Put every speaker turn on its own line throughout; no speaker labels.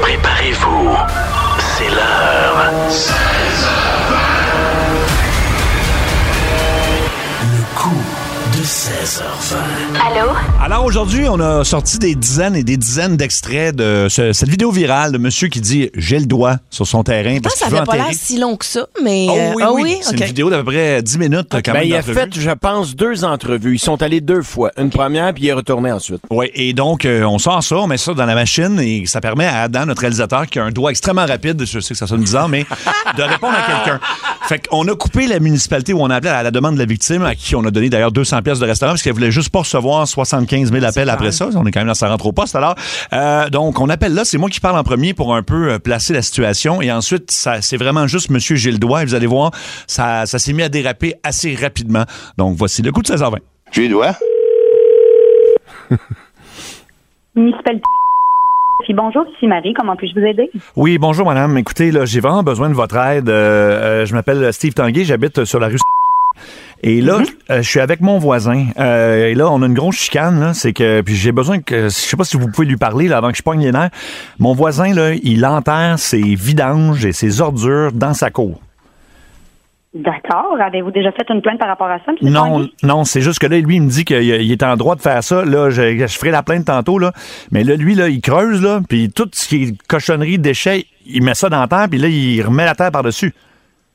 Préparez-vous, c'est l'heure. Le coup de 16h20.
Allô?
Alors aujourd'hui, on a sorti des dizaines et des dizaines d'extraits de ce- cette vidéo virale de monsieur qui dit j'ai le doigt sur son terrain
Je
parce qu'il
Ah,
pense que ça
veut
n'avait pas l'air
enterrer.
si long que ça, mais.
Oh
euh,
oui,
ah
oui. C'est
ok.
une vidéo d'à peu près 10 minutes quand
Ben,
même.
il a
d'entrevue.
fait, je pense, deux entrevues. Ils sont allés deux fois. Une première, puis il est retourné ensuite.
Oui, et donc, euh, on sort ça, on met ça dans la machine et ça permet à Adam, notre réalisateur, qui a un doigt extrêmement rapide, je sais que ça sonne bizarre, mais de répondre à quelqu'un. Fait qu'on a coupé la municipalité où on a appelé à la demande de la victime, à qui on a donné d'ailleurs 200 pièces de restaurant, parce qu'elle voulait juste pas recevoir 75 000 appels après ça. On est quand même dans sa rentre au poste, alors. Euh, donc, on appelle là, c'est moi qui parle en premier pour un peu euh, placer la situation, et ensuite, ça, c'est vraiment juste Monsieur Gildois, et vous allez voir, ça, ça s'est mis à déraper assez rapidement. Donc, voici le coup de 16h20.
J'ai le doigt.
Municipalité. Puis bonjour, ici Marie, comment puis-je vous aider?
Oui, bonjour madame. Écoutez, là, j'ai vraiment besoin de votre aide. Euh, euh, je m'appelle Steve Tanguay, j'habite sur la rue. Et là, euh, je suis avec mon voisin. Euh, et là, on a une grosse chicane. Là, c'est que puis j'ai besoin que je sais pas si vous pouvez lui parler là, avant que je pogne les nerfs. Mon voisin là, il enterre ses vidanges et ses ordures dans sa cour.
D'accord, avez-vous déjà fait une plainte par rapport à ça? monsieur
Non,
Tanguy?
non, c'est juste que là, lui, il me dit qu'il il est en droit de faire ça. Là, je, je ferai la plainte tantôt, là. Mais là, lui, là, il creuse, là, puis tout ce qui est cochonnerie, déchets, il met ça dans la terre, puis là, il remet la terre par-dessus.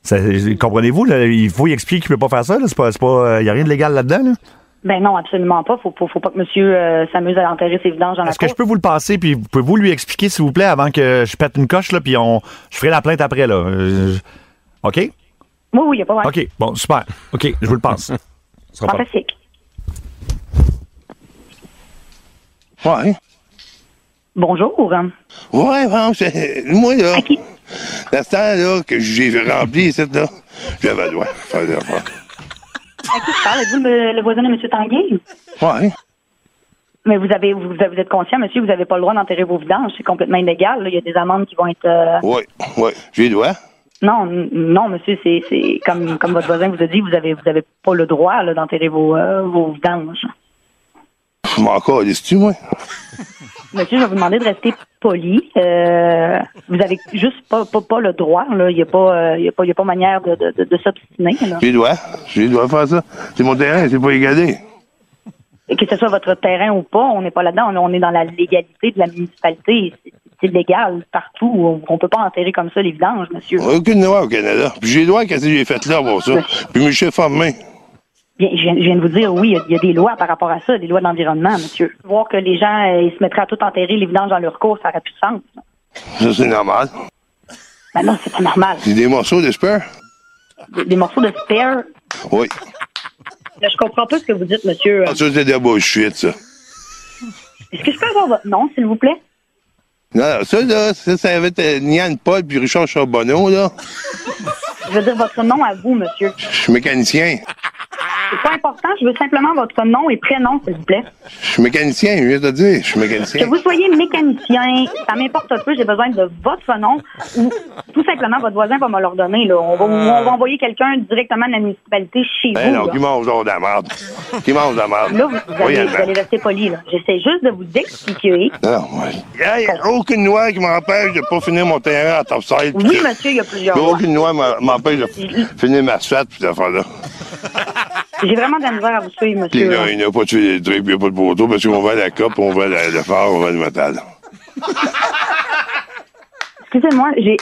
Ça- Comprenez-vous, là, il faut y expliquer qu'il peut pas faire ça, là. C'est pas, c'est pas, il y a rien de légal là-dedans, là.
Ben non, absolument pas. Faut, faut, faut pas que monsieur euh, s'amuse à enterrer ses vidanges dans la
Est-ce que
cour.
je peux vous le passer, puis vous pouvez-vous lui expliquer, s'il vous plaît, avant que je pète une coche, là, puis on, je ferai la plainte après, là. Euh, OK?
Oui, oui, il n'y a pas de
OK, bon, super. OK, je vous le passe. Ça sera pas-
Fantastique.
Ouais.
Bonjour.
Ouais, bon, c'est- moi, là,
À qui?
la salle, là, que j'ai rempli, cette, là, j'avais le doigt. Faire de quoi.
À qui je parle? Êtes-vous le, le voisin de monsieur Tanguay?
Ouais.
Mais vous avez, vous, vous êtes conscient, monsieur, vous n'avez pas le droit d'enterrer vos vidanges. C'est complètement illégal. là. Il y a des amendes qui vont être. euh,
Ouais, ouais. J'ai le doigt.
Non, n- non, monsieur, c'est, c'est comme, comme votre voisin vous a dit, vous avez, vous avez pas le droit là, d'enterrer vos, euh, vos vidanges.
Je m'en calisse-tu, moi?
Monsieur, je vais vous demander de rester poli. Euh, vous avez juste pas, pas, pas le droit. là. Il n'y a, pas, euh, il y a, pas- il y a pas manière de, de, de, de s'obstiner. là.
J'ai le doigt. J'ai le doigt faire ça. C'est mon terrain, c'est pas égalé.
Que ce soit votre terrain ou pas, on n'est pas là-dedans. On est dans la légalité de la municipalité. C'est- C'est légal partout. On ne peut pas enterrer comme ça les vidanges, monsieur.
Aucune loi au Canada. Puis j'ai le doigt, qu'est-ce que j'ai fait là pour ça? Puis mes chefs en main.
Bien, je, viens, je viens de vous dire, oui, il y a- il y, a des lois par rapport à ça, des lois d'environnement, monsieur. Voir que les gens euh, ils se mettraient à tout enterrer les vidanges dans leur cours, ça aurait plus de sens. là.
Ça, c'est normal.
Ben non, c'est pas normal.
C'est des morceaux d'espère?
Des, des morceaux de spare.
Oui. Ah,
Là, je comprends pas ce que vous dites, monsieur.
Ça, c'est de la bullshit, ça.
Est-ce que je peux avoir votre nom, s'il vous plaît?
Non, non, ça, là, ça, ça avait été Nian Paul puis Richard Charbonneau, là.
Je veux dire votre nom à vous, monsieur.
Je suis mécanicien.
C'est pas important, je veux simplement votre nom et prénom, s'il vous plaît.
Je suis mécanicien, je viens de te dire. Je suis
Que
mécanicien.
vous soyez mécanicien, ça m'importe un peu, j'ai besoin de votre nom ou tout simplement votre voisin va me l'ordonner. Là. On, va, on va envoyer quelqu'un directement de la municipalité chez
Ben
vous.
non,
là.
qui mange donc de la merde. Qui mange de la merde.
Là, vous, vous allez, vous allez rester poli. Là. J'essaie juste de vous expliquer.
Non, moi. Il n'y a aucune loi qui m'empêche de pas finir mon terrain en topside.
Oui, monsieur, il y a plusieurs
Il n'y a
lois.
aucune loi m'a- m'empêche de f- finir ma suite, puis cette affaire-là.
J'ai vraiment de la misère à vous suivre,
Puis
monsieur.
là, il n'y a pas de tuer des trucs, puis il n'y a pas de poteau, parce qu'on vend la coupe, on vend la- le phare, on vend le métal.
Excusez-moi, j'ai,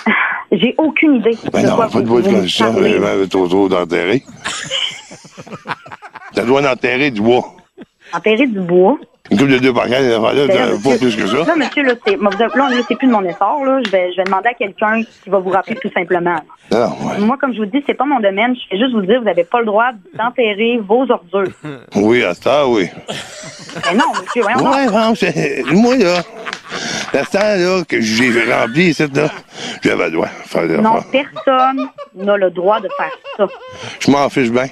j'ai aucune idée.
Ben
de
non,
quoi
pas de
vous-
boîte
vous
comme
me
ça, ben-
parlez.
vraiment, avec ton trou d'enterrer. T'as le droit d'enterrer du bois.
Enterrer du bois.
Une coupe de deux par quatre, cette affaire-là,
D'ailleurs,
t'en as pas
monsieur-
plus que ça.
Ben, Là, monsieur, là, c'est, moi, vous avez- là, là, c'est plus de mon effort. Là. Je, vais, je vais demander à quelqu'un qui va vous rappeler tout simplement.
Non, moi.
Moi, comme je vous dis, c'est pas mon domaine. Je vais juste vous dire, vous n'avez pas le droit d'enterrer vos ordures.
Oui, à ça, oui.
Mais non, monsieur, voyons donc.
Ouais, non, c'est- moi, là, la salle, là, que j'ai rempli, cette, là, j'avais le droit. de faire des
Non,
affaires.
personne n'a le droit de faire ça.
Je m'en fiche bien.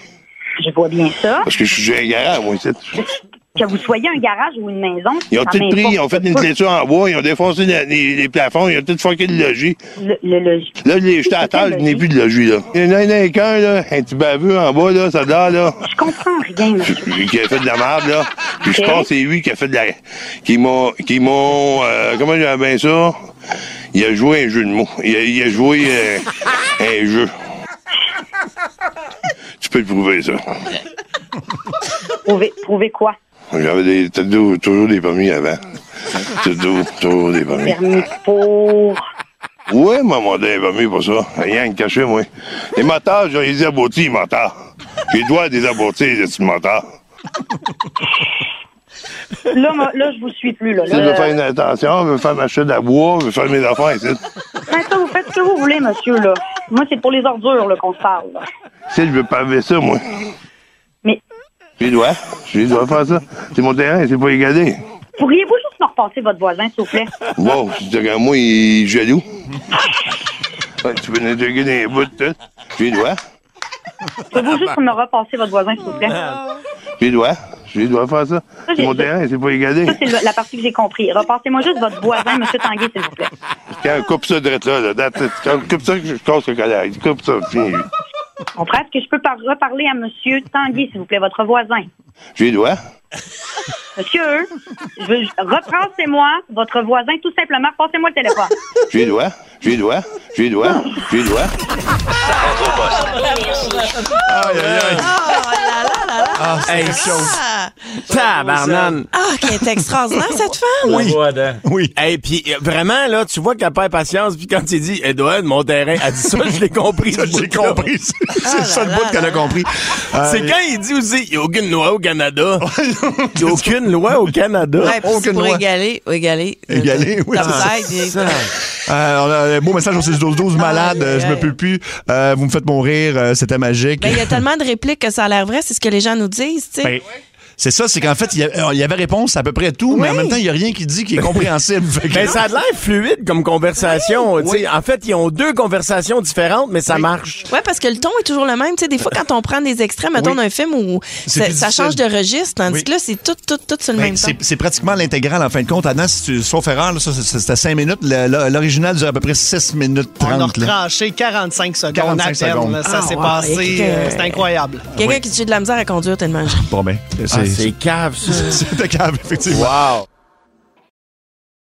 Je vois bien ça.
Parce que je suis un garage, moi, ici.
Que vous soyez un garage ou une maison,
Ils ont
ça
tout pris, ils ont fait
m'importe
une
Ah, pas.
clôture en bois, ils ont défoncé la- les, les plafonds, ils ont tout fucké le logis.
Le, le, le-
Là, les, j'étais à terre, je n'ai plus de logis, là. Il y en a un, qu'un, là, un petit baveux en bas, là, ça dort, là.
Je comprends rien, monsieur.
Puis qui a fait de la merde, là. Puis je
Ok.
pense que c'est lui qui a fait de la. qui m'ont. qui m'ont. euh, comment j'appelle bien ça? Il a joué un jeu de mots. Il a, il a joué euh, un jeu. Tu peux le prouver, ça.
Prouver, prouver quoi?
J'avais des, t'as toujours- toujours des permis avant. Toujours, toujours des permis.
Permis pour...
Ouais, maman, d'un permis pour ça. Rien de caché, moi. Les motards, je les ai aboutis, les motards. J'ai le droit de les aboutir, les petits motards.
Là, moi, là, je vous suis plus, là.
Tu sais, Je
Là,
veux faire une attention, je veux faire ma chute à bois, je veux faire mes affaires, ici.
Ben, ça, vous faites ce que vous voulez, monsieur, là. Moi, c'est pour les ordures, là, qu'on se parle, là.
Si je veux pas avec ça, moi.
Mais
J'ai le droit. J'ai le droit de faire ça. C'est mon terrain, c'est pas égalé.
pourriez-vous juste me repasser votre voisin, s'il vous plaît?
Wow, tu dirais, moi, il est jaloux. Ouais, tu peux l'intriguer dans les bouts, tout. J'ai le droit.
Pouvez-vous juste me repasser votre voisin, s'il vous plaît? Ça,
J'ai le droit. J'ai le droit de faire ça. C'est mon terrain, c'est pas égalé.
c'est le- la partie que j'ai compris. Repassez-moi juste votre voisin, monsieur Tanguay, s'il vous plaît.
Quand coupe ça direct là, là, that's it. Quand coupe ça, je casse le collègue. Coupe ça, fini.
Comprends? Est-ce que je peux par- reparler à monsieur Tanguy, s'il vous plaît, votre voisin?
J'ai le droit.
Monsieur, je veux repassez-moi votre voisin, tout simplement. Repassez-moi le téléphone.
J'ai le droit. J'ai le droit. J'ai le droit. J'ai le droit.
Ah,
Hey, Tabarnane.
Ah, qui est extraordinaire, cette femme!
Oui. Oui.
Hey, puis euh, vraiment, là, tu vois qu'elle perd patience, puis quand il dit, Edouard, mon terrain, elle dit ça, je l'ai compris. ce
J'ai
bout-là.
compris. C'est
Ah
ça
là
le
là
bout qu'elle a
là.
compris. Euh,
C'est quand il dit aussi, il n'y a aucune loi au Canada. Il n'y a aucune loi au Canada.
Ouais, puis c'est
aucune
pour
loi.
égaler, égaler. euh,
Égaler, oui, c'est ça. Euh, on a un beau message au 6-12-12, malade,
Aïe,
euh, je me
aïe.
peux plus, euh, vous me faites mourir, euh, c'était magique.
Ben, il y a tellement de répliques que ça a l'air vrai, c'est ce que les gens nous disent, tu sais.
Ben, c'est ça, c'est qu'en fait, il y, a- euh, il y avait réponse à peu près à tout, mais en
Oui. Ben,
même temps, il n'y a rien qui dit qui est compréhensible. Fait que-
Mais Ben, ça a l'air fluide comme conversation. tu sais. En fait, ils ont deux conversations différentes, mais ça marche.
Ouais, parce que le ton est toujours le même. Tu sais, des fois, quand on prend des extraits, mettons,
Oui.
d'un film où
C'est
ça,
plus
ça
difficile.
change de registre, tandis
Oui.
que là, c'est tout, tout, tout sur le
Ben,
même ton.
c'est c'est pratiquement l'intégrale en fin de compte. Adam, si tu, sauf erreur, là, ça, c'est- c'était 5 minutes. Le- le- L'original dure à peu près 6 minutes
On a
30. là.
retranché 45 secondes
45
à peine.
secondes.
là. Ça
Ah,
s'est
ouais,
passé.
écoute,
euh,
euh,
c'est incroyable.
Quelqu'un
oui.
qui a de la misère à conduire tellement.
Bon, ben, c'est-
Ah, cave, ça.
c'est de cave, effectivement.
Wow.